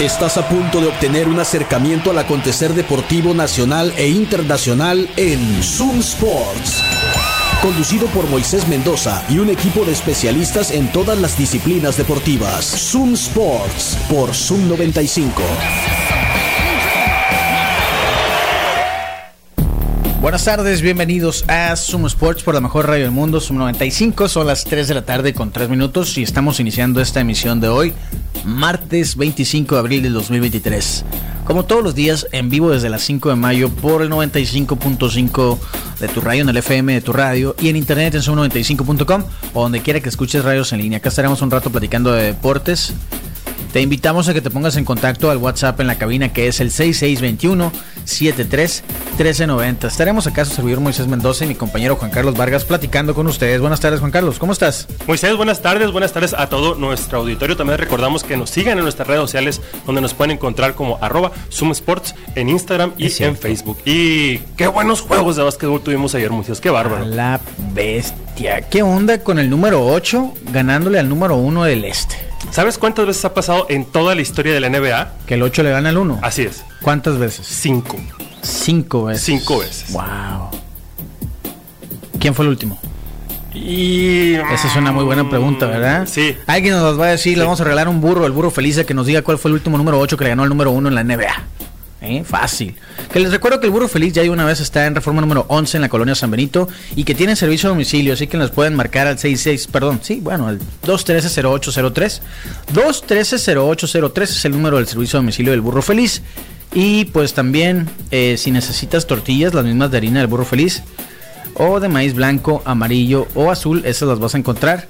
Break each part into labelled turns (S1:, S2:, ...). S1: Estás a punto de obtener un acercamiento al acontecer deportivo nacional e internacional en Zoom Sports. Conducido por Moisés Mendoza y un equipo de especialistas en todas las disciplinas deportivas. Zoom Sports por Zoom 95.
S2: Buenas tardes, bienvenidos a Zoom Sports por la mejor radio del mundo, Zoom 95. Son las 3 de la tarde con 3 minutos y estamos iniciando esta emisión de hoy, martes 25 de abril del 2023. Como todos los días, en vivo desde las 5 de mayo por el 95.5 de tu radio, en el FM de tu radio y en internet en zoom95.com o donde quiera que escuches radios en línea. Acá estaremos un rato platicando de deportes. Te invitamos a que te pongas en contacto al WhatsApp en la cabina que es el 6621-73-1390. Estaremos acá su servidor Moisés Mendoza y mi compañero Juan Carlos Vargas platicando con ustedes. Buenas tardes Juan Carlos, ¿cómo estás?
S3: Moisés, buenas tardes, buenas tardes a todo nuestro auditorio. También recordamos que nos sigan en nuestras redes sociales donde nos pueden encontrar como arroba Sports en Instagram y
S2: Es
S3: en
S2: cierto.
S3: Facebook. Y qué buenos juegos de básquetbol tuvimos ayer, Moisés, qué
S2: A
S3: bárbaro.
S2: la bestia. ¿Qué onda con el número 8 ganándole al número 1 del este?
S3: ¿Sabes cuántas veces ha pasado en toda la historia de la NBA?
S2: Que el 8 le gana al 1.
S3: Así es,
S2: ¿Cuántas veces?
S3: cinco.
S2: Cinco veces.
S3: Cinco veces.
S2: Wow. ¿Quién fue el último?
S3: Y... mm,
S2: Esa es una muy buena pregunta, ¿verdad?
S3: Sí.
S2: Alguien nos las va a decir, le
S3: Sí.
S2: vamos a regalar un burro, el burro feliz, a que nos diga cuál fue el último número 8 que le ganó al número 1 en la NBA. ¿Eh? Fácil. Que les recuerdo que el burro feliz ya de una vez está en reforma número 11 en la colonia San Benito y que tiene servicio a domicilio, así que nos pueden marcar al 66, perdón, sí, bueno, al 213-0803. 213-0803 es el número del servicio a domicilio del burro feliz. Y pues también, eh, si necesitas tortillas, las mismas de harina del burro feliz, o de maíz blanco, amarillo o azul. Esas las vas a encontrar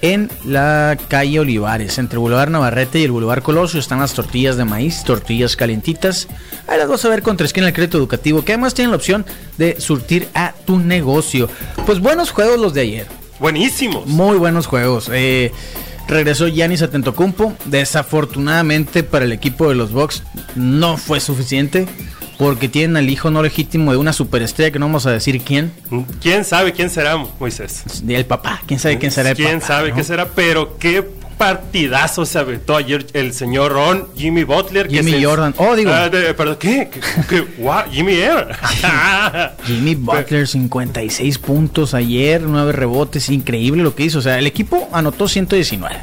S2: en la calle Olivares, entre Boulevard Navarrete y el Boulevard Colosio. Están las tortillas de maíz, tortillas calentitas. Ahí las vas a ver con tres en el crédito educativo, que además tienen la opción de surtir a tu negocio. Pues buenos juegos los de ayer.
S3: Buenísimos.
S2: Muy buenos juegos. Eh, regresó Giannis Atentocumpo. Desafortunadamente para el equipo de los Bucks no fue suficiente. Porque tienen al hijo no legítimo de una superestrella que no vamos a decir quién.
S3: ¿Quién sabe quién será, Moisés?
S2: El papá, quién sabe quién será el
S3: ¿Quién
S2: papá,
S3: sabe
S2: ¿no?
S3: qué será? Pero qué partidazo se aventó ayer el señor Ron, Jimmy Butler. que
S2: Jimmy
S3: se-
S2: Jordan. Oh, digo.
S3: Ah, de- perdón, ¿qué? ¿Qué- qué? Guau, Jimmy Air.
S2: Jimmy Butler, 56 puntos ayer, 9 rebotes, increíble lo que hizo. O sea, el equipo anotó 119.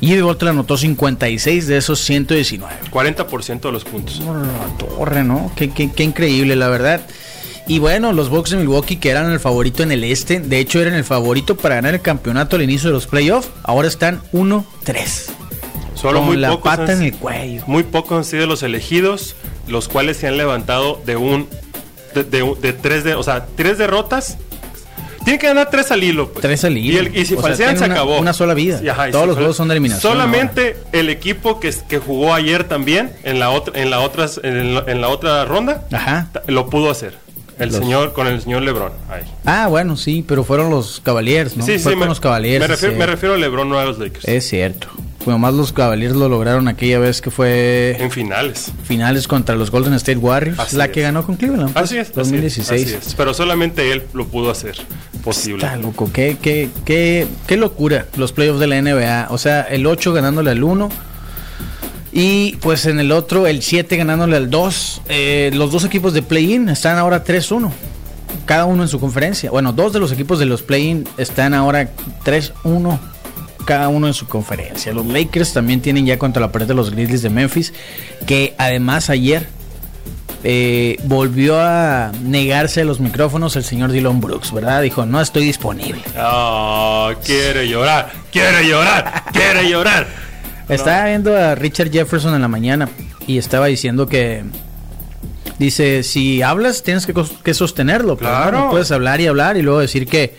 S2: Jimmy Butler anotó 56 de esos 119.
S3: 40% de los puntos.
S2: Por la torre, ¿no? Qué, qué- qué increíble, la verdad. Y bueno, los Bucks de Milwaukee que eran el favorito en el este, de hecho eran el favorito para ganar el campeonato al inicio de los playoffs, ahora están 1-3.
S3: Solo
S2: con
S3: muy
S2: la
S3: pocos.
S2: pata
S3: han-
S2: en el cuello.
S3: Muy pocos han sido los elegidos, los cuales se han levantado de un. de, de un- de tres de. O sea, tres derrotas. Tienen que ganar tres al hilo. pues.
S2: Tres al hilo.
S3: Y, el- y si
S2: O sea,
S3: falsean,
S2: tienen
S3: se
S2: una-
S3: acabó.
S2: una sola vida.
S3: Y ajá, y
S2: Todos
S3: si
S2: los
S3: fal-
S2: juegos son de eliminación
S3: Solamente el equipo que, que jugó ayer también, en la otra, en la otras, en, la- en la otra ronda,
S2: Ajá.
S3: ta- lo pudo hacer. El
S2: Los-
S3: señor, con el señor Lebron. ahí.
S2: Ah, bueno, sí, pero fueron los Cavaliers, ¿no?
S3: Sí,
S2: Fue
S3: sí,
S2: con los Cavaliers.
S3: me refiero,
S2: sí. Eh.
S3: me refiero a Lebron, no a los Lakers.
S2: Es cierto. Bueno, más los Cavaliers lo lograron aquella vez que fue
S3: En finales.
S2: finales contra los Golden State Warriors,
S3: Así
S2: la
S3: es.
S2: que ganó con Cleveland. pues,
S3: Así es, así es,
S2: 2016.
S3: así es. Pero solamente él lo pudo hacer posible.
S2: Está loco, qué, qué, qué, qué locura los playoffs de la NBA. O sea, el 8 ganándole al 1. Y pues en el otro, el 7 ganándole al 2. Eh, los dos equipos de play-in están ahora 3-1. Cada uno en su conferencia. Bueno, dos de los equipos de los play-in están ahora 3-1. Cada uno en su conferencia. Los Lakers también tienen ya contra la pared de los Grizzlies de Memphis. Que además ayer eh, volvió a negarse a los micrófonos el señor Dylan Brooks, ¿verdad? Dijo, no estoy disponible.
S3: Ah, quiere llorar, quiere llorar, quiere llorar.
S2: Estaba viendo a Richard Jefferson en la mañana y estaba diciendo que... Dice, si hablas tienes que, cos- que sostenerlo. pues, ¿no?
S3: Claro.
S2: No puedes hablar y hablar y luego decir que...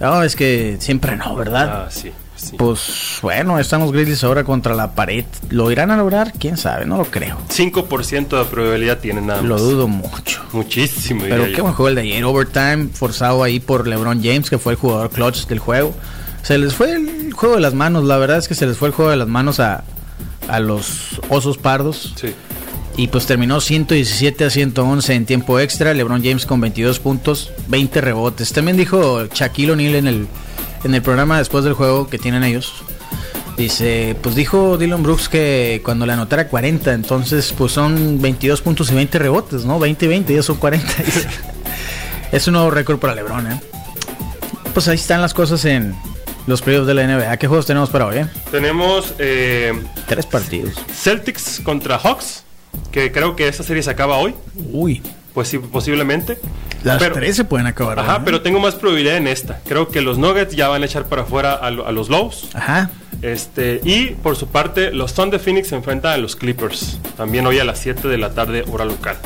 S2: No, es que siempre no, ¿verdad?
S3: Ah, sí, sí.
S2: Pues bueno, están los Grizzlies ahora contra la pared. ¿Lo irán a lograr? ¿Quién sabe? No lo creo.
S3: 5% de probabilidad tiene nada más.
S2: Lo dudo mucho.
S3: Muchísimo. diría
S2: Pero
S3: yo.
S2: qué buen juego el de ayer. Overtime, forzado ahí por LeBron James, que fue el jugador clutch del juego. Se les fue el juego de las manos. La verdad es que se les fue el juego de las manos a, a los osos pardos.
S3: Sí.
S2: Y pues terminó 117 a 111 en tiempo extra. LeBron James con 22 puntos, 20 rebotes. También dijo Shaquille O'Neal en el, en el programa después del juego que tienen ellos. Dice, pues dijo Dylan Brooks que cuando le anotara 40, entonces pues son 22 puntos y 20 rebotes, ¿no? 20 y 20, ya son 40. dice. es un nuevo récord para LeBron, ¿eh? Pues ahí están las cosas en los playoffs de la NBA. ¿Qué juegos tenemos para hoy, eh?
S3: Tenemos eh,
S2: Tres partidos.
S3: Celtics contra Hawks, que creo que esta serie se acaba hoy,
S2: Uy,
S3: pues sí, posiblemente.
S2: las
S3: Pero-
S2: tres se pueden acabar.
S3: Ajá,
S2: ¿verdad?
S3: pero tengo más probabilidad en esta. Creo que los Nuggets ya van a echar para afuera a, lo- a los Lows.
S2: Ajá.
S3: Este, y por su parte, los Thunder Phoenix se enfrentan a los Clippers. También hoy a las 7 de la tarde, hora local.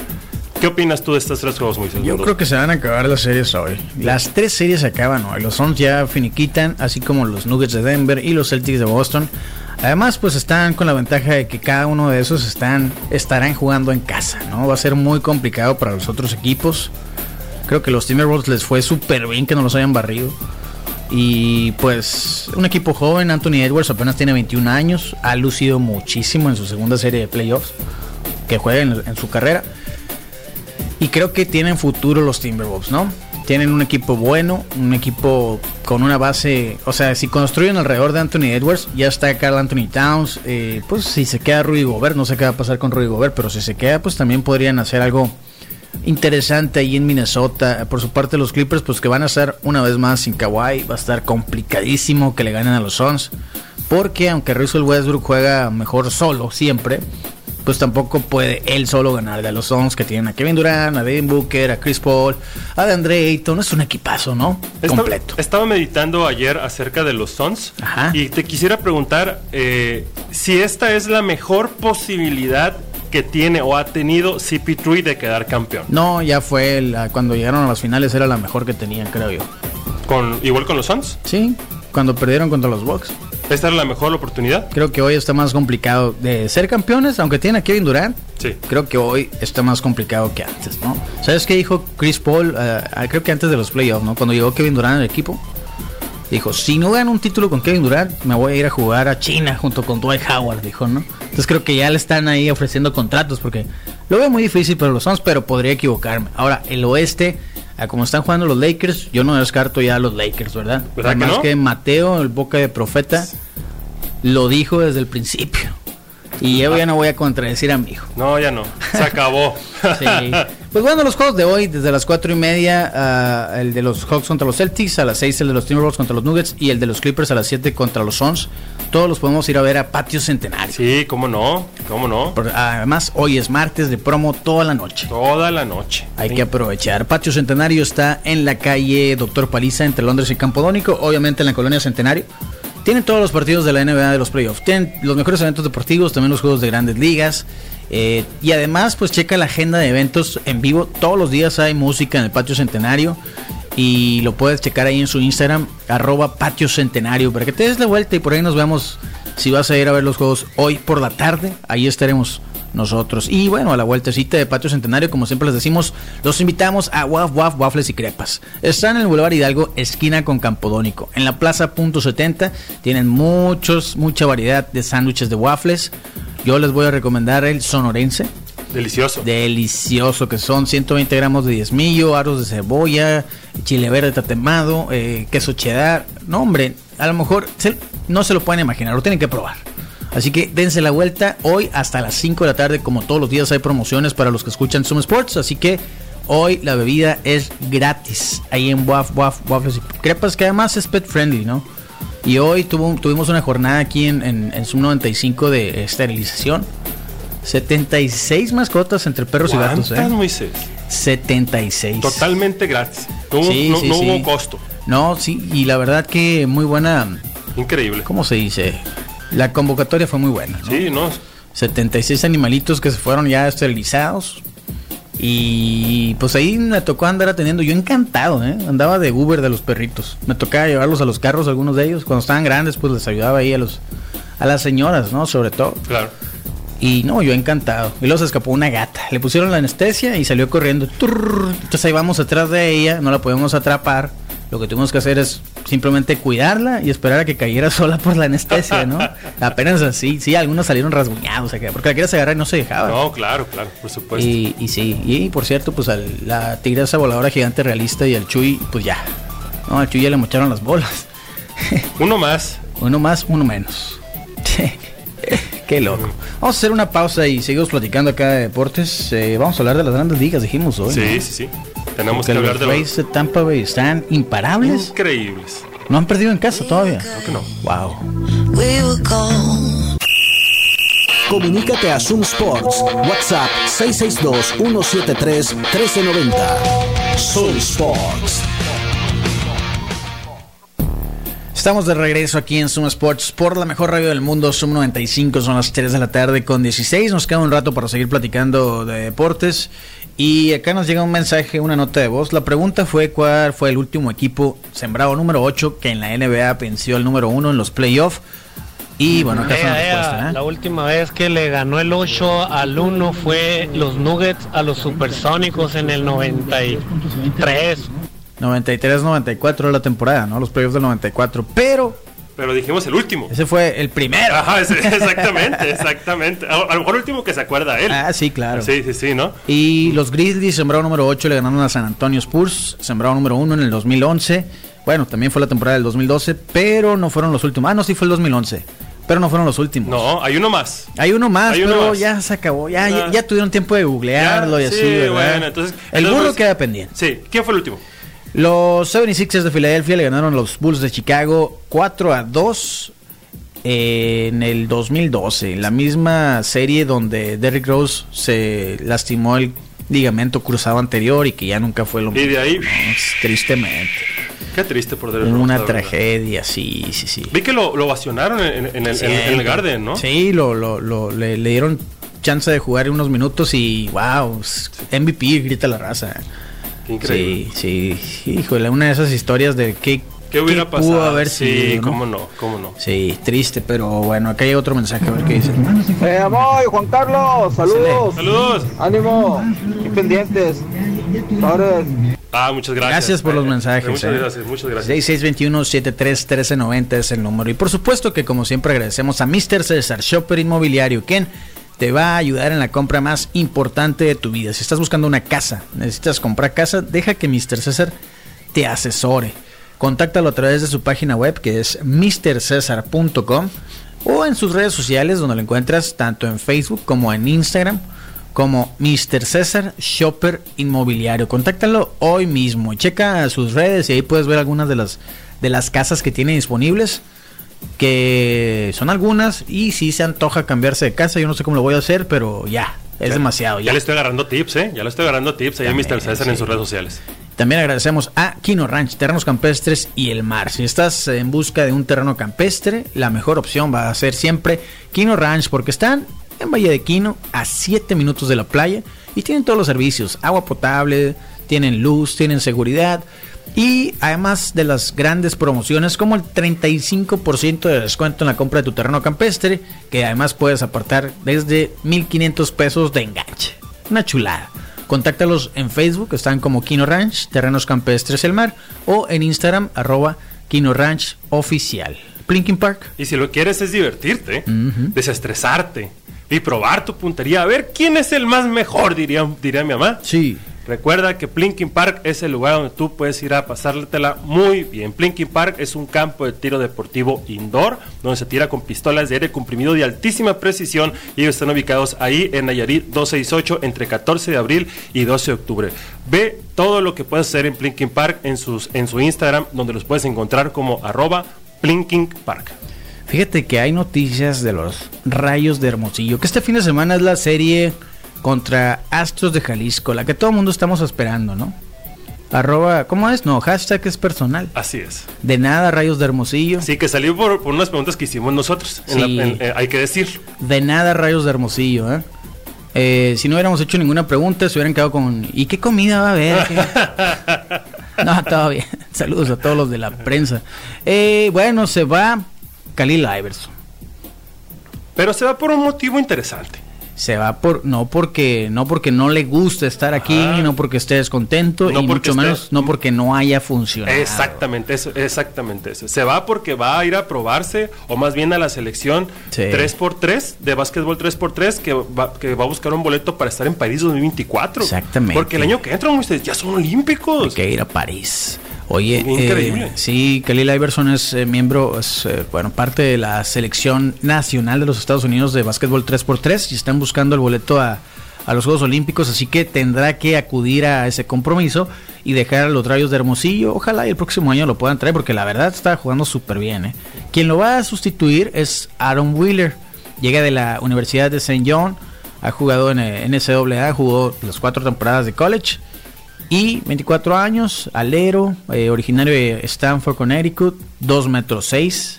S3: ¿Qué opinas tú de estos tres juegos, Moisés?
S2: Yo creo que se van a acabar las series hoy. Las tres series se acaban hoy. Los Suns ya finiquitan, así como los Nuggets de Denver y los Celtics de Boston. Además, pues están con la ventaja de que cada uno de esos están, estarán jugando en casa, ¿no? Va a ser muy complicado para los otros equipos. Creo que los Timberwolves les fue súper bien que no los hayan barrido. Y pues un equipo joven, Anthony Edwards apenas tiene 21 años, ha lucido muchísimo en su segunda serie de playoffs que juega en- en su carrera. Y creo que tienen futuro los Timberwolves, ¿no? Tienen un equipo bueno, un equipo con una base. O sea, si construyen alrededor de Anthony Edwards, ya está Carl Anthony Towns. eh, pues si se queda Rudy Gobert, no sé qué va a pasar con Rudy Gobert, pero si se queda, pues también podrían hacer algo interesante ahí en Minnesota. Por su parte, los Clippers, pues que van a estar una vez más sin Kawhi. Va a estar complicadísimo que le ganen a los Suns. Porque aunque Russell Westbrook juega mejor solo siempre, pues tampoco puede él solo ganarle a los Suns que tienen a Kevin Durant, a Devin Booker, a Chris Paul, a DeAndre Ayton. Es un equipazo, ¿no?
S3: Esta-
S2: Completo.
S3: Estaba meditando ayer acerca de los Suns
S2: Ajá.
S3: y te quisiera preguntar eh, si esta es la mejor posibilidad que tiene o ha tenido CP3 de quedar campeón.
S2: No, ya fue la- cuando llegaron a las finales era la mejor que tenían, creo yo.
S3: Con, igual con los Suns.
S2: Sí, cuando perdieron contra los Bucks.
S3: ¿Esta era la mejor oportunidad?
S2: Creo que hoy está más complicado de ser campeones, aunque tienen a Kevin Durant.
S3: Sí.
S2: Creo que hoy está más complicado que antes, ¿no? ¿Sabes qué dijo Chris Paul? Eh, ah, creo que antes de los playoffs, ¿no? Cuando llegó Kevin Durant al equipo, dijo, si no gano un título con Kevin Durant, me voy a ir a jugar a China junto con Dwight Howard, dijo, ¿no? Entonces creo que ya le están ahí ofreciendo contratos porque lo veo muy difícil para los Suns, pero podría equivocarme. Ahora, el oeste, a como están jugando los Lakers, yo no descarto ya a los Lakers, ¿verdad?
S3: ¿Verdad que
S2: Además
S3: no?
S2: que Mateo, el boca de profeta, lo dijo desde el principio. Y yo ya no voy a contradecir a mi hijo.
S3: No, ya no. Se acabó.
S2: Sí. Pues bueno, los juegos de hoy, desde las 4 y media, ah, el de los Hawks contra los Celtics, a las 6 el de los Timberwolves contra los Nuggets y el de los Clippers a las 7 contra los Suns. Todos los podemos ir a ver a Patio Centenario.
S3: Sí, cómo no, cómo no.
S2: Por- además, hoy es martes de promo toda la noche.
S3: Toda la noche.
S2: Hay que aprovechar. Patio Centenario está en la calle Doctor Paliza entre Londres y Campodónico, obviamente en la colonia Centenario. Tienen todos los partidos de la NBA de los playoffs. Tienen los mejores eventos deportivos, también los juegos de grandes ligas. Eh, y además, pues checa la agenda de eventos en vivo. Todos los días hay música en el Patio Centenario. Y lo puedes checar ahí en su Instagram, arroba Patio Centenario, para que te des la vuelta y por ahí nos vemos. Si vas a ir a ver los juegos hoy por la tarde, ahí estaremos nosotros. Y bueno, a la vueltecita de Patio Centenario, como siempre les decimos, los invitamos a Waf Waf Waffles y Crepas. Están en el Boulevard Hidalgo, esquina con Campodónico. En la Plaza Punto 70 tienen muchos, mucha variedad de sándwiches de waffles. Yo les voy a recomendar el sonorense,
S3: Delicioso.
S2: delicioso que son 120 gramos de diezmillo, aros de cebolla, chile verde tatemado, eh, queso cheddar. No, hombre, a lo mejor se- no se lo pueden imaginar, lo tienen que probar. Así que dense la vuelta hoy hasta las 5 de la tarde, como todos los días hay promociones para los que escuchan Zoom Sports, así que hoy la bebida es gratis ahí en Waf Waf Waffles y Crepas, que además es pet friendly, ¿no? Y hoy tuvo- tuvimos una jornada aquí en, en, en Zoom 95 de esterilización. 76 mascotas entre perros y gatos,
S3: ¿Cuántas,
S2: ¿eh?
S3: Moisés?
S2: 76.
S3: Totalmente gratis. No, hubo-
S2: Sí,
S3: no-
S2: sí,
S3: no
S2: sí.
S3: hubo costo.
S2: No, sí, y la verdad que muy buena,
S3: Increíble.
S2: ¿cómo se dice? La convocatoria fue muy buena. ¿no?
S3: Sí, no.
S2: 76 animalitos que se fueron ya esterilizados. Y pues ahí me tocó andar atendiendo. Yo encantado, ¿eh? Andaba de Uber de los perritos. Me tocaba llevarlos a los carros, algunos de ellos. Cuando estaban grandes, pues les ayudaba ahí a los a las señoras, ¿no? Sobre todo.
S3: Claro.
S2: Y no, yo encantado. Y luego se escapó una gata. Le pusieron la anestesia y salió corriendo. Turr. Entonces ahí vamos atrás de ella, no la podemos atrapar. Lo que tuvimos que hacer es simplemente cuidarla y esperar a que cayera sola por la anestesia, ¿no? Apenas así, sí, algunos salieron rasguñados acá, porque la quieres agarrar y no se dejaba.
S3: No, pues. claro, claro, por supuesto.
S2: Ah. y, y sí, y por cierto, pues a la tigresa voladora gigante realista y al Chuy, pues ya. No, al Chuy ya le mocharon las bolas.
S3: Uno más.
S2: Uno más, uno menos. Qué loco. Vamos a hacer una pausa y seguimos platicando acá de deportes. Eh, vamos a hablar de las grandes ligas, dijimos hoy. ¿no?
S3: Sí, sí, sí. Tenemos
S2: Porque
S3: que hablar
S2: los
S3: de
S2: Rays
S3: los
S2: de Tampa Bay están imparables.
S3: increíbles.
S2: No han perdido en casa todavía.
S3: Creo que no.
S2: Wow.
S4: We were gold.
S1: Comunícate a Zoom Sports. WhatsApp 662-173-1390. Zoom Sports.
S2: Estamos de regreso aquí en Zoom Sports por la mejor radio del mundo, Zoom 95, son las 3 de la tarde con 16. Nos queda un rato para seguir platicando de deportes. Y acá nos llega un mensaje, una nota de voz. La pregunta fue cuál fue el último equipo sembrado número 8 que en la NBA venció al número 1 en los playoffs. Y bueno, acá está la
S5: Ea, ea,
S2: respuesta. ¿eh?
S5: La última vez que le ganó el 8 al 1 fue los Nuggets a los Supersónicos en el 93.
S2: 93-94 era la temporada, ¿no? Los playoffs del 94. Pero
S3: Pero dijimos el último.
S2: ese fue el primero.
S3: Ajá, ese- exactamente, exactamente. A, a lo mejor el último que se acuerda él.
S2: Ah, sí, claro.
S3: Sí, sí, sí, ¿no?
S2: Y los Grizzlies, sembrado número 8, le ganaron a San Antonio Spurs, sembrado número 1 en el 2011. Bueno, también fue la temporada del 2012, pero no fueron los últimos. Ah, no, sí fue el 2011, pero no fueron los últimos.
S3: No, hay uno más.
S2: Hay uno más,
S3: Hay uno
S2: pero
S3: más.
S2: ya se acabó. Ya,
S3: Ah.
S2: ya, ya tuvieron tiempo de googlearlo y
S3: Ya,
S2: así,
S3: sí,
S2: ¿verdad?
S3: bueno, entonces-
S2: el
S3: entonces-
S2: burro queda pendiente.
S3: Sí, ¿quién fue el último?
S2: Los 76ers de Filadelfia le ganaron a los Bulls de Chicago 4 a 2 en el 2012, la misma serie donde Derrick Rose se lastimó el ligamento cruzado anterior y que ya nunca fue lo
S3: Y de ahí,
S2: Es Tristemente,
S3: qué triste por Derrick Rose, la
S2: una
S3: verdad.
S2: tragedia, sí, sí, sí.
S3: Vi que lo, lo ovacionaron en, en- en el, en- en el
S2: Siempre.
S3: Garden, ¿no?
S2: Sí, lo, lo, lo- le, le dieron chance de jugar unos minutos y wow, MVP grita la raza.
S3: Qué increíble.
S2: Sí, sí, híjole, una de esas historias de qué,
S3: ¿Qué hubiera
S2: qué
S3: pasado?
S2: pudo haber
S3: sí,
S2: sido, ¿no?
S3: cómo no, cómo no.
S2: Sí, triste, pero bueno, acá hay otro mensaje, a ver qué dice.
S6: Eh, voy, Juan Carlos, saludos.
S3: Saludos.
S6: Ánimo, y pendientes. Ahora
S3: Ah, muchas gracias.
S2: Gracias por los
S3: Eh,
S2: mensajes.
S3: Muchas
S2: eh.
S3: gracias, muchas gracias.
S2: 6621-731390 es el número. Y por supuesto que como siempre agradecemos a Mr. César Shopper Inmobiliario, quien te va a ayudar en la compra más importante de tu vida. Si estás buscando una casa, necesitas comprar casa, deja que Mr. César te asesore. Contáctalo a través de su página web que es mrcesar.com o en sus redes sociales donde lo encuentras tanto en Facebook como en Instagram como Mr. César Shopper Inmobiliario. Contáctalo hoy mismo. Checa sus redes y ahí puedes ver algunas de las, de las casas que tiene disponibles. Que son algunas y si se antoja cambiarse de casa, yo no sé cómo lo voy a hacer, pero ya, es demasiado.
S3: Ya
S2: ya.
S3: le estoy agarrando tips, ¿eh? Ya le estoy agarrando tips ahí a
S2: También,
S3: Mr. César
S2: sí.
S3: en sus redes sociales.
S2: También agradecemos a Kino Ranch, Terrenos Campestres y el Mar. Si estás en busca de un terreno campestre, la mejor opción va a ser siempre Kino Ranch porque están en Valle de Quino a 7 minutos de la playa y tienen todos los servicios, agua potable, tienen luz, tienen seguridad y además de las grandes promociones como el 35% de descuento en la compra de tu terreno campestre, que además puedes apartar desde 1500 pesos de enganche. Una chulada. Contáctalos en Facebook, están como Kino Ranch, Terrenos Campestres El Mar, o en Instagram, arroba Kino Ranch Oficial. Plinking Park.
S3: Y si lo quieres es divertirte, desestresarte y probar tu puntería. A ver quién es el más mejor, diría, diría mi mamá.
S2: Sí.
S3: Recuerda que Plinking Park es el lugar donde tú puedes ir a pasártela muy bien. Plinking Park es un campo de tiro deportivo indoor donde se tira con pistolas de aire comprimido de altísima precisión y ellos están ubicados ahí en Nayarit 268 entre 14 de abril y 12 de octubre. Ve todo lo que puedes hacer en Plinking Park en, sus, en su Instagram donde los puedes encontrar como arroba Plinking Park.
S2: Fíjate que hay noticias de los Rayos de Hermosillo, que este fin de semana es la serie contra Astros de Jalisco, la que todo el mundo estamos esperando, ¿no? Arroba, ¿cómo es? No, hashtag es personal.
S3: Así es.
S2: De nada, Rayos de Hermosillo.
S3: Sí, que salió por, por unas preguntas que hicimos nosotros. en la-
S2: Sí.
S3: en- eh, hay que decirlo.
S2: De nada, rayos de Hermosillo, ¿eh? Eh, si no hubiéramos hecho ninguna pregunta, se hubieran quedado con ¿y qué comida va a haber? ¿Qué-?" no, todo bien. Saludos a todos los de la prensa. Eh, bueno, se va Khalil Iverson.
S3: Pero se va por un motivo interesante.
S2: Se va por no porque no porque no le gusta estar aquí,
S3: Ajá.
S2: no porque esté descontento
S3: No
S2: y mucho
S3: porque esté-
S2: menos no porque no haya funcionado.
S3: Exactamente eso, exactamente eso. Se va porque va a ir a probarse, o más bien a la selección
S2: Sí.
S3: 3x3 de básquetbol 3x3, que va, que va a buscar un boleto para estar en París 2024.
S2: Exactamente.
S3: Porque el año que entra, ustedes ya son olímpicos.
S2: Hay que ir a París. Oye,
S3: Increíble.
S2: eh, sí, Khalil Iverson es eh, miembro, es, eh, bueno, parte de la selección nacional de los Estados Unidos de básquetbol 3x3 y están buscando el boleto a, a los Juegos Olímpicos, así que tendrá que acudir a ese compromiso y dejar a los rayos de Hermosillo. Ojalá y el próximo año lo puedan traer, porque la verdad está jugando súper bien. ¿eh? Quien lo va a sustituir es Aaron Wheeler, llega de la Universidad de St. John, ha jugado en eh, NCAA, jugó las cuatro temporadas de college. Y 24 años, alero, eh, originario de Stanford, Connecticut, 2 metros 6.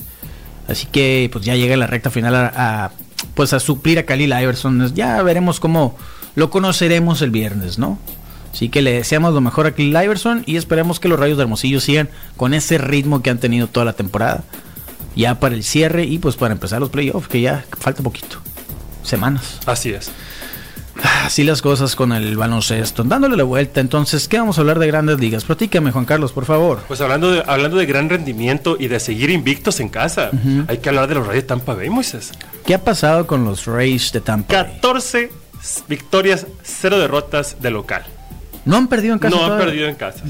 S2: Así que pues ya llega la recta final a, a, pues a suplir a Khalil Iverson. Pues, Ya veremos cómo lo conoceremos el viernes, ¿no? Así que le deseamos lo mejor a Khalil Iverson y esperemos que los Rayos de Hermosillo sigan con ese ritmo que han tenido toda la temporada. Ya para el cierre y pues para empezar los playoffs, que ya falta poquito. Semanas.
S3: Así es.
S2: Así las cosas con el baloncesto. Dándole la vuelta, entonces, ¿qué vamos a hablar de grandes ligas? Platícame, Juan Carlos, por favor.
S3: Pues hablando de, hablando de gran rendimiento y de seguir invictos en casa, hay que hablar de los Reyes Tampa Bay, Moisés.
S2: ¿Qué ha pasado con los Rays de Tampa? Bay?
S3: 14 victorias, 0 derrotas de local.
S2: No han perdido en casa.
S3: No han
S2: todavía?
S3: perdido en casa.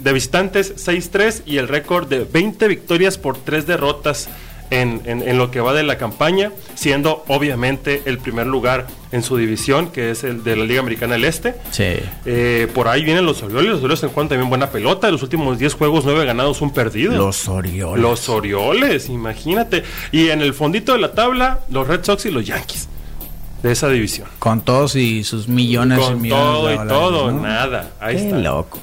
S3: De visitantes, 6-3 y el récord de 20 victorias por 3 derrotas en, en- en lo que va de la campaña, siendo obviamente el primer lugar en su división, que es el de la Liga Americana del Este.
S2: Sí.
S3: Eh, por ahí vienen los Orioles. Los Orioles se encuentran también buena pelota. De los últimos 10 juegos, 9 ganados, un perdido.
S2: Los Orioles.
S3: Los Orioles, imagínate. Y en el fondito de la tabla, los Red Sox y los Yankees de esa división.
S2: Con todos y sus millones y
S3: Con
S2: millones de
S3: todo y
S2: dólares,
S3: todo,
S2: ¿no?
S3: nada. Ahí
S2: Qué
S3: está.
S2: loco.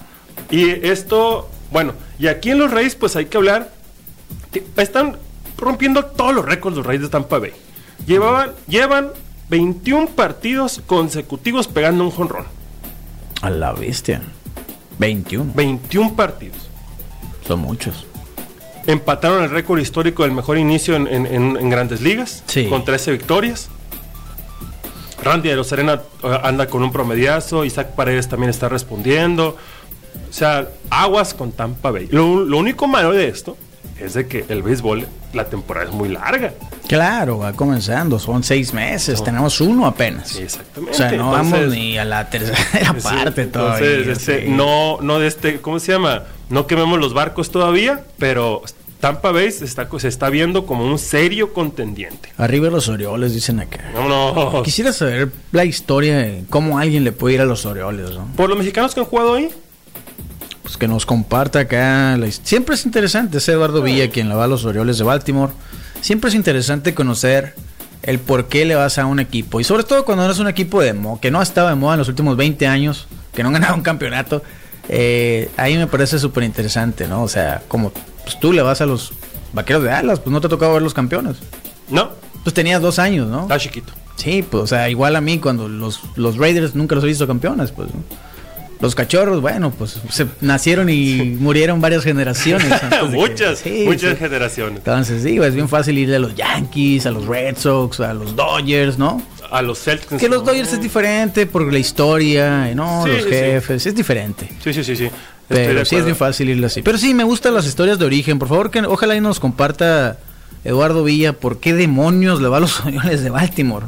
S3: Y esto, bueno, y aquí en los Reyes, pues hay que hablar. que Están rompiendo todos los récords los Reyes de Tampa Bay. Llevaban, llevan 21 partidos consecutivos pegando un jonrón.
S2: A la bestia. 21.
S3: 21 partidos.
S2: Son muchos.
S3: Empataron el récord histórico del mejor inicio en, en- en- en grandes ligas,
S2: Sí.
S3: con 13 victorias. Randy de los Arena eh, anda con un promediazo, Isaac Paredes también está respondiendo. O sea, aguas con Tampa Bay. Lo, lo único malo de esto es de que el béisbol, la temporada es muy larga.
S2: Claro, va comenzando. Son seis meses. Tenemos uno apenas.
S3: Sí, exactamente.
S2: O sea, no
S3: Entonces-
S2: vamos ni a la tercera
S3: Sí,
S2: parte todavía.
S3: Entonces, este,
S2: sí.
S3: no, no de este, ¿cómo se llama? No quememos los barcos todavía, pero Tampa Bay se está, se está viendo como un serio contendiente.
S2: Arriba los Orioles, dicen acá.
S3: No, no.
S2: Pues, Quisiera saber la historia de cómo alguien le puede ir a los Orioles, ¿no?
S3: Por los mexicanos que han jugado ahí,
S2: Pues que nos comparta acá. la his- Siempre es interesante, es Eduardo Villa quien le va a los Orioles de Baltimore. Siempre es interesante conocer el por qué le vas a un equipo. Y sobre todo cuando no es un equipo de mo que no ha estado de moda en los últimos 20 años, que no han ganado un campeonato. eh, ahí me parece súper interesante, ¿no? O sea, como pues, tú le vas a los vaqueros de Alas, pues no te ha tocado ver los campeones.
S3: no,
S2: Pues tenías dos años, ¿no?
S3: está chiquito.
S2: Sí, pues, o sea, igual a mí cuando los, los Raiders nunca los he visto campeones, pues. ¿no? Los cachorros, bueno, pues se nacieron y murieron varias generaciones. antes de que-
S3: muchas,
S2: sí,
S3: muchas
S2: sí.
S3: generaciones.
S2: Entonces, sí, es bien fácil ir a los Yankees, a los Red Sox, a los Dodgers, ¿no?
S3: A los Celtics.
S2: Que los
S3: no.
S2: Dodgers es diferente por la historia, y ¿no?
S3: Sí,
S2: los
S3: sí.
S2: jefes, es diferente.
S3: Sí, sí, sí, sí. Estoy
S2: Pero
S3: de
S2: sí es bien
S3: acuerdo.
S2: fácil irlo así. Pero sí, me gustan las historias de origen. Por favor, que ojalá y nos comparta Eduardo Villa por qué demonios le va a los Orioles de Baltimore.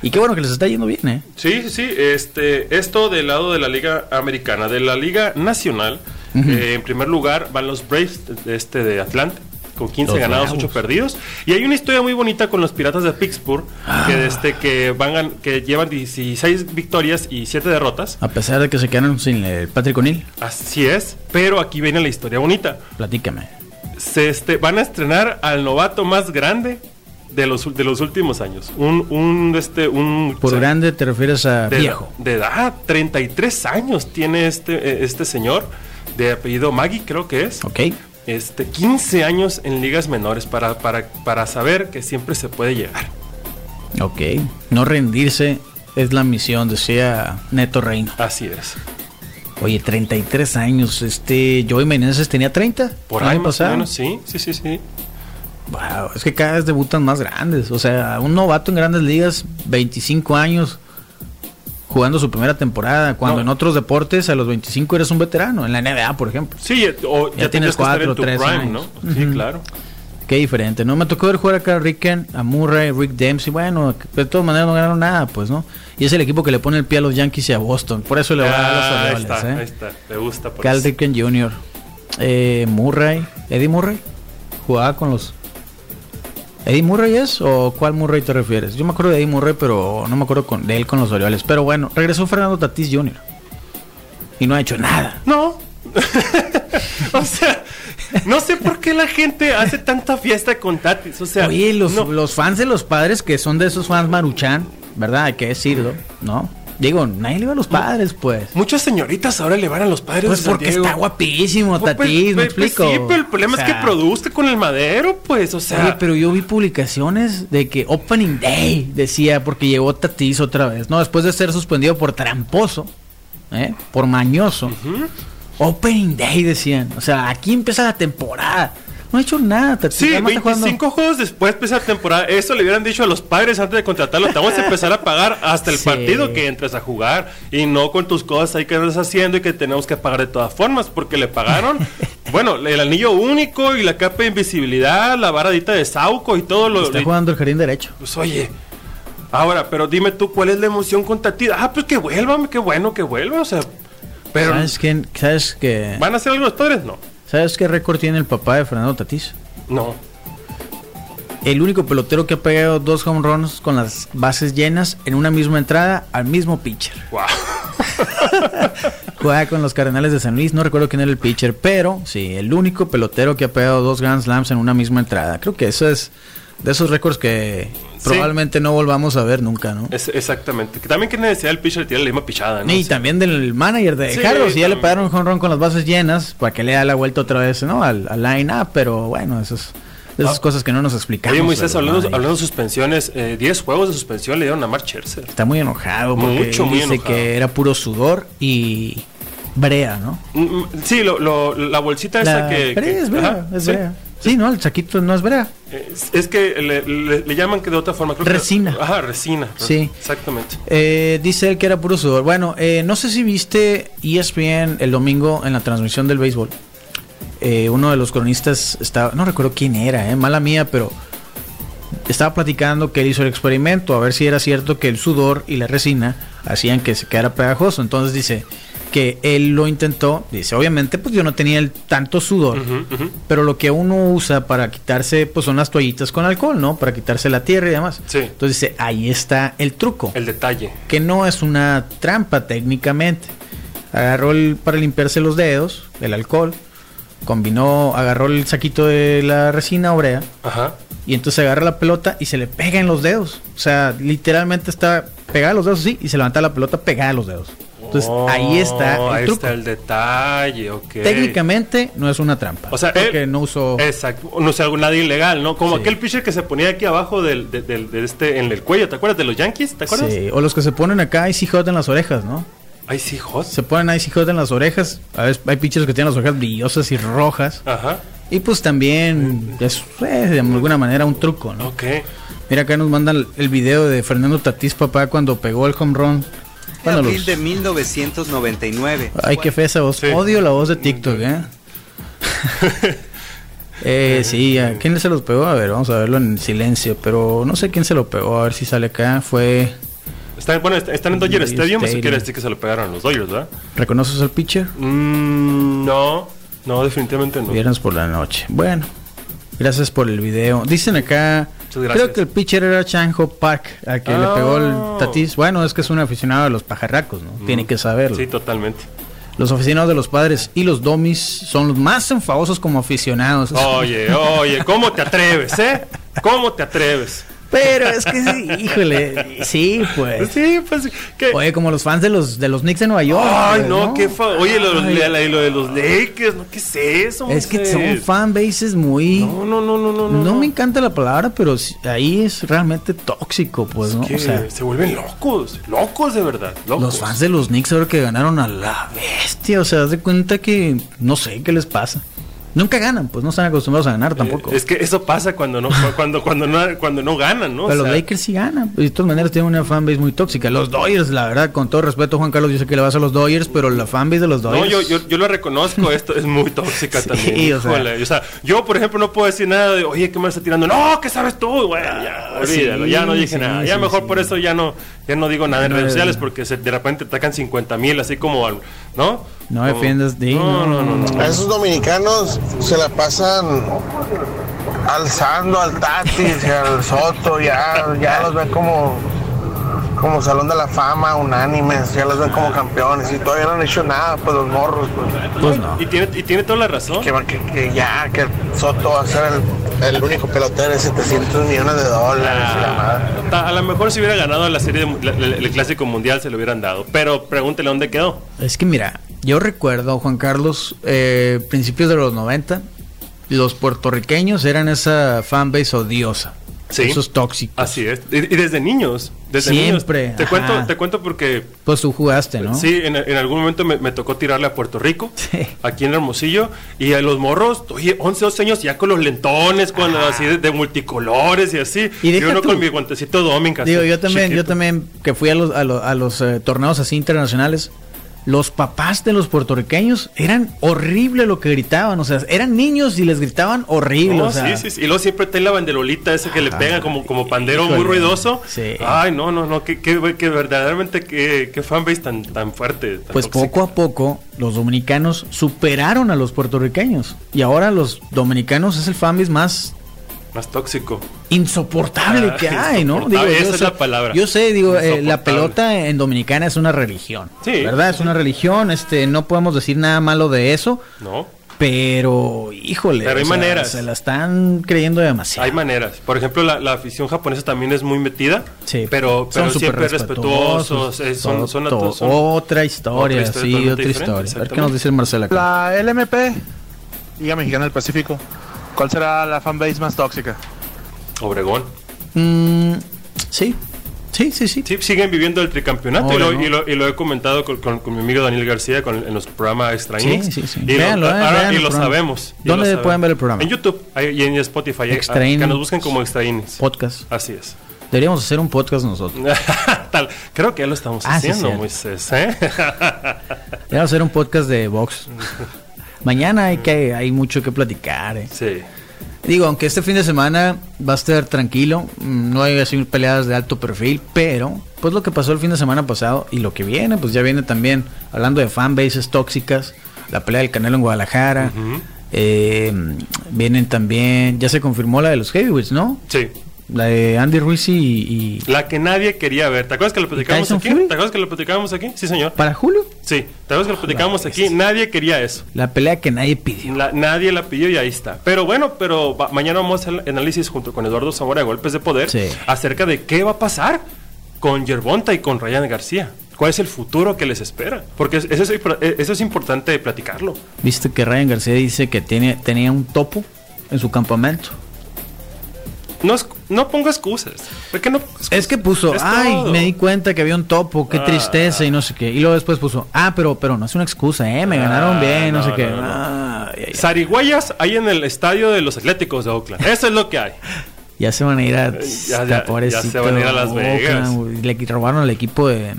S2: Y qué bueno que les está yendo bien, ¿eh?
S3: Sí, sí, sí. Este, esto del lado de la Liga Americana. De la Liga Nacional, eh, en primer lugar van los Braves de, este, de Atlanta, con 15
S2: Los
S3: ganados,
S2: Bravos.
S3: 8 perdidos. Y hay una historia muy bonita con los Piratas de Pittsburgh, que,
S2: Ah.
S3: desde que, van, gan- que llevan 16 victorias y 7 derrotas.
S2: A pesar de que se quedaron sin el Patrick O'Neill.
S3: Así es, pero aquí viene la historia bonita.
S2: Platícame.
S3: se este, van a estrenar al novato más grande de los, ul- de los últimos años. Un, un, este, un
S2: Por
S3: o sea,
S2: grande te refieres a
S3: de,
S2: viejo.
S3: De edad, 33 años tiene este, eh, este señor, de apellido Maggie, creo que es.
S2: Ok.
S3: Este, 15 años en ligas menores para, para, para saber que siempre se puede llegar.
S2: Ok. No rendirse es la misión, decía Neto Reino.
S3: Así es.
S2: Oye, 33 años. Este, Joey Meneses tenía 30.
S3: Por
S2: el
S3: ahí
S2: año
S3: más o
S2: pasado.
S3: menos, sí, sí, sí, sí.
S2: Wow, es que cada vez debutan más grandes. O sea, un novato en grandes ligas, 25 años, jugando su primera temporada. Cuando
S3: No.
S2: en otros deportes a los 25 eres un veterano. En la NBA, por ejemplo.
S3: Sí, eh, o
S2: Ya tienes
S3: ya, tienes que estar
S2: cuatro,
S3: en tu
S2: tres
S3: prime, ¿no?
S2: años.
S3: Sí,
S2: Ujú.
S3: claro.
S2: Qué diferente, ¿no? Me tocó ver jugar acá a Ricken, a Murray, Rick Dempsey. Bueno, de todas maneras no ganaron nada, pues, ¿no? Y es el equipo que le pone el pie a los Yankees y a Boston. Por eso le va a
S3: Ah,
S2: dar
S3: ahí
S2: los Orioles,
S3: está,
S2: ¿eh?
S3: ahí está. Me gusta. por
S2: Cal
S3: eso.
S2: Ripken Jr. eh, Murray, Eddie Murray, jugaba con los... ¿Eddie Murray es? ¿O cuál Murray te refieres? Yo me acuerdo de Eddie Murray, pero no me acuerdo con, de él con los Orioles. Pero bueno, regresó Fernando Tatís Jr. Y no ha hecho nada.
S3: No. o sea, no sé por qué la gente hace tanta fiesta con Tatis. O sea,
S2: Oye, los,
S3: no.
S2: los fans de los padres que son de esos fans maruchan, ¿verdad? Hay que decirlo, ¿no? Digo, nadie le va a los padres, pues.
S3: muchas señoritas ahora le van a los padres.
S2: Pues
S3: de San
S2: porque
S3: Diego.
S2: está guapísimo, Tatís,
S3: Pues, pues,
S2: me
S3: pues,
S2: explico.
S3: Sí, pero el problema
S2: O
S3: es
S2: sea,
S3: que produce con el madero, pues, o sea.
S2: Oye, pero yo vi publicaciones de que Opening Day decía porque llegó Tatis otra vez, ¿no? Después de ser suspendido por tramposo, ¿eh? por mañoso. Opening Day decían. O sea, aquí empieza la temporada. No ha hecho nada, Tatis.
S3: Sí,
S2: nada más está jugando.
S3: 25 juegos después de empezar temporada. Eso le hubieran dicho a los padres antes de contratarlo. Te vamos a empezar a pagar hasta el
S2: Sí.
S3: partido que entres a jugar. Y no con tus cosas ahí que andas haciendo y que tenemos que pagar de todas formas. Porque le pagaron, bueno, el anillo único y la capa de invisibilidad, la varadita de Sauco y todo lo.
S2: Está
S3: y-
S2: jugando el jardín derecho.
S3: pues oye. Ahora, pero dime tú, ¿cuál es la emoción con Tatita? Ah, pues que vuelva, qué bueno que vuelva. O sea, pero.
S2: ¿Sabes quién? ¿Sabes qué?
S3: ¿Van a hacer algo los padres? No.
S2: ¿Sabes qué récord tiene el papá de Fernando Tatís?
S3: No.
S2: El único pelotero que ha pegado dos home runs con las bases llenas en una misma entrada al mismo pitcher.
S3: Wow.
S2: Jugaba con los Cardenales de San Luis, no recuerdo quién era el pitcher, pero sí, el único pelotero que ha pegado dos Grand Slams en una misma entrada. Creo que eso es de esos récords que
S3: Sí.
S2: probablemente no volvamos a ver nunca, ¿no?
S3: Es- exactamente. Que También que necesidad el pitcher de tirar la misma pichada, ¿no?
S2: y
S3: O sea,
S2: también del manager de
S3: Sí,
S2: Carlos, si ya le
S3: también.
S2: pagaron un home run con las bases llenas, para que le da la vuelta otra vez, ¿no? Al, al line-up, pero bueno, esas, esas
S3: Ah.
S2: cosas que no nos explicamos.
S3: Oye, Moisés,
S2: ¿verdad?
S3: hablando,
S2: Y-
S3: hablando de suspensiones, eh, 10 juegos de suspensión le dieron a Mark Scherzer.
S2: Está muy enojado porque
S3: Mucho,
S2: él
S3: muy
S2: dice
S3: enojado.
S2: que era puro sudor y brea, ¿no?
S3: Mm, mm, Sí, lo- lo- la bolsita
S2: La-
S3: esa que.
S2: brea
S3: que-
S2: es brea,
S3: ajá,
S2: es
S3: sí.
S2: brea. Sí, no, el saquito no es brea.
S3: Es, es que le, le- le llaman que de otra forma. creo que-
S2: Resina.
S3: ajá, resina.
S2: Sí.
S3: Exactamente.
S2: Eh, dice él que era puro sudor. Bueno, eh, no sé si viste E ESPN el domingo en la transmisión del béisbol. Eh, uno de los cronistas estaba, no recuerdo quién era, eh, mala mía, pero estaba platicando que él hizo el experimento a ver si era cierto que el sudor y la resina hacían que se quedara pegajoso. Entonces dice que él lo intentó. Dice, obviamente, pues yo no tenía el tanto sudor.
S3: Ujú, ujú.
S2: Pero lo que uno usa para quitarse, pues son las toallitas con alcohol, ¿no? Para quitarse la tierra y demás.
S3: Sí.
S2: Entonces dice, ahí está el truco
S3: El detalle.
S2: que no es una trampa técnicamente. Agarró el, para limpiarse los dedos, el alcohol, combinó, agarró el saquito de la resina obrea
S3: Ajá.
S2: y entonces agarra la pelota y se le pega en los dedos. O sea, literalmente está pegada a los dedos, sí, y se levanta la pelota pegada a los dedos. Entonces
S3: Oh,
S2: ahí está el
S3: ahí
S2: truco.
S3: está el detalle, ok.
S2: Técnicamente no es una trampa.
S3: O sea, eh,
S2: porque
S3: él-
S2: no usó.
S3: Exacto. No sé, algo nada ilegal, ¿no? Como
S2: Sí.
S3: aquel pitcher que se ponía aquí abajo del, de, del- de este, en el cuello, ¿te acuerdas? De los Yankees, ¿te acuerdas?
S2: Sí, o los que se ponen acá Icy Hot en las orejas, ¿no?
S3: Ay, sí, hot.
S2: Se ponen Icy Hot en las orejas. A veces hay pitchers que tienen las orejas brillosas y rojas.
S3: Ajá.
S2: Y pues también es eh, de alguna manera un truco, ¿no?
S3: Ok.
S2: Mira acá nos mandan el video de Fernando Tatís papá cuando pegó el home run.
S7: En
S2: Bueno,
S7: abril
S2: los-
S7: de 1999.
S2: Ay, qué fea esa voz.
S3: Sí.
S2: Odio la voz de TikTok, ¿eh? eh, sí, ¿a quién se los pegó? A ver, vamos a verlo en silencio, pero no sé quién se lo pegó, a ver si sale acá. Fue...
S3: Están, bueno, est- están en Dodger
S2: Dodger
S3: Stadium, eso
S2: Stadium.
S3: quiere decir que se lo pegaron a los Dodgers, ¿verdad?
S2: ¿Reconoces al pitcher?
S3: Mm, no, no, definitivamente no.
S2: Viernes por la noche. Bueno, gracias por el video. Dicen acá,
S3: Muchas gracias.
S2: creo que el pitcher era Chanjo Park, al que le
S3: Ah.
S2: pegó el tatis. Bueno, es que es un aficionado de los pajarracos, ¿no? Tiene que saberlo.
S3: Mm. Sí, totalmente.
S2: Los aficionados de los padres y los domis son los más enfadosos como aficionados.
S3: Oye, oye, ¿cómo te atreves, eh? ¿Cómo te atreves?
S2: Pero es que sí, híjole, sí, pues.
S3: Sí, pues que
S2: Oye, como los fans de los de los Knicks de Nueva York.
S3: Ay,
S2: pues,
S3: no, qué fa... Oye, lo,
S2: Ay.
S3: la- la- lo de los Lakers, ¿no? ¿Qué es eso?
S2: Es que
S3: Moisés?
S2: son fanbases muy
S3: No, no, no, no, no.
S2: no, me encanta la palabra, pero sí- ahí es realmente tóxico, pues, ¿no?
S3: Que
S2: O sea,
S3: se vuelven locos, locos de verdad, locos.
S2: Los fans de los Knicks ahora que ganaron a la bestia, o sea, haz de cuenta que no sé qué les pasa. Nunca ganan, pues no están acostumbrados a ganar tampoco.
S3: Eh, es que eso pasa cuando no, cuando, cuando no, cuando no ganan, ¿no? O
S2: Pero los
S3: sea,
S2: Lakers sí ganan. Y de todas maneras tienen una fanbase muy tóxica. Los Dodgers, la verdad, con todo respeto, Juan Carlos, yo sé que le vas a los Dodgers, pero la fanbase de los Dodgers.
S3: No, yo, yo, yo lo reconozco, esto es muy tóxica
S2: Sí,
S3: también.
S2: o sea.
S3: híjole. O sea, yo, por ejemplo, no puedo decir nada de, oye, ¿qué me está tirando? No, ¿qué sabes tú? Bueno, ya, olvídalo, ya no
S2: sí,
S3: dije nada. Ya
S2: sí,
S3: mejor
S2: sí.
S3: por eso ya no, ya no digo nada en
S2: No,
S3: redes
S2: no,
S3: sociales
S2: no.
S3: porque se- de repente te atacan 50 mil, así como, al- ¿no?
S2: No defiendas de.
S3: No, no, no, no.
S8: A esos dominicanos se la pasan alzando al Tatis y al Soto, ya, ya los ven como, como Salón de la Fama, unánimes, ya los ven como campeones y todavía no han hecho nada, pues los morros, pues,
S2: Pues no.
S3: Y tiene, y tiene toda la razón.
S8: que, que- que ya, que Soto va a ser el, el único pelotero de 700 millones de dólares y la madre.
S3: Ta- Ah, A lo mejor si hubiera ganado la serie del Clásico Mundial se lo hubieran dado. Pero pregúntele dónde quedó.
S2: Es que mira, yo recuerdo, Juan Carlos, eh, principios de los 90, los puertorriqueños eran esa fanbase odiosa.
S3: Sí.
S2: Esos tóxicos.
S3: Así es. Y, y desde niños. Desde
S2: Siempre,
S3: niños. Te
S2: ajá.
S3: cuento, te cuento porque
S2: Pues tú jugaste, ¿no?
S3: Sí, en, en algún momento me, me tocó tirarle a Puerto Rico,
S2: Sí.
S3: aquí en Hermosillo, y a los morros, oye, 11, 12 años ya con los lentones, con así de, de multicolores y así.
S2: Ah. Y
S3: Y,
S2: deja
S3: uno
S2: tú.
S3: con mi guantecito Domingas.
S2: Digo, yo también, yo también, que fui a los, a lo- a los, eh, torneos así internacionales, los papás de los puertorriqueños eran horrible lo que gritaban, o sea, eran niños y les gritaban horrible.
S3: No,
S2: o sea, Ah,
S3: sí, sí, sí. Y luego siempre está la banderolita ese que le pega como, como pandero muy
S2: Híjole.
S3: ruidoso.
S2: Sí.
S3: Ay, no, no, no, que, que, que verdaderamente que, que fanbase tan, tan fuerte. tan
S2: Pues
S3: tóxica.
S2: poco a poco los dominicanos superaron a los puertorriqueños y ahora los dominicanos es el fanbase más
S3: Más tóxico.
S2: insoportable
S3: Ah,
S2: que hay, ¿no?
S3: insoportable, esa
S2: yo
S3: es
S2: sé-
S3: la palabra.
S2: Yo sé, digo, eh, la
S3: Insoportable.
S2: pelota en dominicana es una religión,
S3: Sí.
S2: ¿verdad? Es una religión, este, no podemos decir nada malo de eso,
S3: ¿No?
S2: pero, híjole,
S3: Pero hay
S2: o sea,
S3: maneras.
S2: se la están creyendo demasiado.
S3: Hay maneras. Por ejemplo, la, la afición japonesa también es muy metida.
S2: Sí.
S3: Pero, pero
S2: Son
S3: siempre
S2: súper
S3: respetuosos. eh, son,
S2: todo-
S3: son, a
S2: todo-
S3: todos- son-
S2: otra historia,
S3: otra historia
S2: sí,
S3: totalmente
S2: otra
S3: diferente,
S2: historia. A ver qué nos
S3: exactamente.
S2: dice el Marcela. acá.
S9: La LMP, Liga Mexicana del Pacífico. ¿Cuál será la fanbase más tóxica?
S3: Obregón.
S2: Mm, sí, sí, sí, sí.
S3: Sí, siguen viviendo el tricampeonato.
S2: Ahora,
S3: y, lo,
S2: ¿no?
S3: y lo- y lo he comentado con, con- con mi amigo Daniel García con- en los programas Extra
S2: Sí,
S3: Innings.
S2: sí, sí.
S3: Y,
S2: Véanlo,
S3: lo,
S2: eh,
S3: ahora-
S2: vean
S3: y
S2: el
S3: lo
S2: programa.
S3: sabemos. y
S2: ¿Dónde
S3: lo saben.
S2: pueden ver el programa?
S3: En YouTube ahí- y en Spotify. ahí-
S2: Extra
S3: ah, que
S2: Innings.
S3: nos busquen como Extra Innings.
S2: Podcast.
S3: Así es.
S2: Deberíamos hacer un podcast nosotros.
S3: Tal. Creo que ya lo estamos
S2: Ah, sí,
S3: haciendo,
S2: cierto.
S3: Moisés. ¿eh?
S2: Deberíamos hacer un podcast de box. Mañana hay que hay mucho que platicar. eh.
S3: sí.
S2: Digo, aunque este fin de semana va a estar tranquilo, mm, no hay así peleadas de alto perfil, pero pues lo que pasó el fin de semana pasado y lo que viene, pues ya viene también hablando de fanbases tóxicas, la pelea del Canelo en Guadalajara, eh, vienen también, ya se confirmó la de los heavyweights, ¿no?
S3: Sí.
S2: La de Andy Ruiz y, y-
S3: La que nadie quería ver. ¿Te acuerdas que lo platicábamos
S2: Tyson
S3: aquí?
S2: Fury?
S3: ¿Te acuerdas que lo platicábamos aquí? Sí, señor.
S2: para Julio,
S3: Sí. ¿Te acuerdas que
S2: Ah,
S3: lo platicábamos aquí? Nadie quería eso.
S2: la pelea que nadie pidió.
S3: La- nadie la pidió y ahí está. Pero bueno, pero va- mañana vamos a hacer el análisis junto con Eduardo Zamora de Golpes de Poder
S2: Sí.
S3: acerca de qué va a pasar con Yerbonta y con Ryan García. ¿Cuál es el futuro que les espera? Porque es- eso es, eso es importante platicarlo.
S2: Viste que Ryan García dice que tiene, tenía un topo en su campamento.
S3: No, es- no pongo excusas. Porque no,
S2: Es que puso,
S3: Es
S2: ay,
S3: todo.
S2: me di cuenta que había un topo, qué
S3: Ah.
S2: tristeza y no sé qué. Y luego después puso, ah, pero, pero no es una excusa, eh, me
S3: Ah,
S2: ganaron bien, no,
S3: no,
S2: sé qué.
S3: no, no.
S2: Ah, ya, ya.
S3: Sarigüeyas hay en el estadio de los Atléticos de Oakland. Eso es lo que hay.
S2: Ya se van a ir a, ya,
S3: ya- ya se van a ir a Las Vegas.
S2: Le qui- robaron al equipo de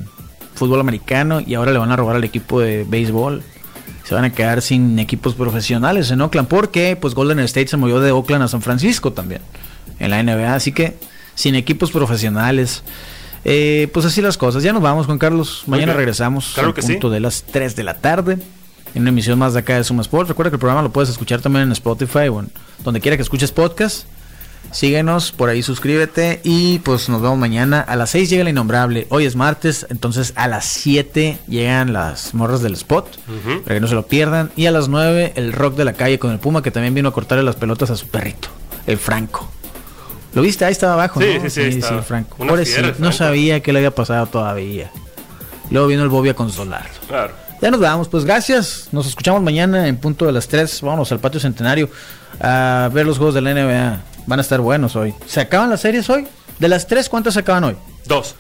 S2: fútbol americano y ahora le van a robar al equipo de béisbol. Se van a quedar sin equipos profesionales en Oakland porque pues Golden State se movió de Oakland a San Francisco también en la NBA, así que sin equipos profesionales. Eh, pues así las cosas. Ya nos vamos, Juan Carlos.
S3: Muy
S2: Mañana
S3: bien.
S2: regresamos
S3: Claro
S2: al
S3: que sí.
S2: punto de las 3 de la tarde en una emisión más de acá de Suma Sports. Recuerda que el programa lo puedes escuchar también en Spotify o en donde quiera que escuches podcast. Síguenos, por ahí suscríbete y pues nos vemos mañana. A las 6 llega el innombrable. Hoy es martes, entonces a las 7 llegan las morras del spot, para que no se lo pierdan. Y a las 9 el rock de la calle con el Puma que también vino a cortarle las pelotas a su perrito, el Franco. ¿Lo viste? Ahí estaba abajo,
S3: Sí,
S2: ¿no?
S3: sí, sí, ahí estaba.
S2: Franco.
S3: Una
S2: Pobrecito,
S3: fiera, el
S2: no
S3: Franco.
S2: sabía que le había pasado todavía. Luego vino el Bobby a consolarlo.
S3: Claro.
S2: Ya nos vamos, pues gracias. Nos escuchamos mañana en punto de las 3. Vámonos al patio centenario a ver los juegos de la NBA. Van a estar buenos hoy. ¿Se acaban las series hoy? De las 3, ¿cuántas se acaban hoy?
S3: Dos.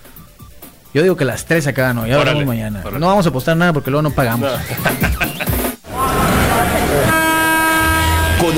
S2: Yo digo que las 3 se acaban hoy. Ya
S3: Órale,
S2: veremos mañana.
S3: órale.
S2: No vamos a apostar nada porque luego no pagamos.
S1: Con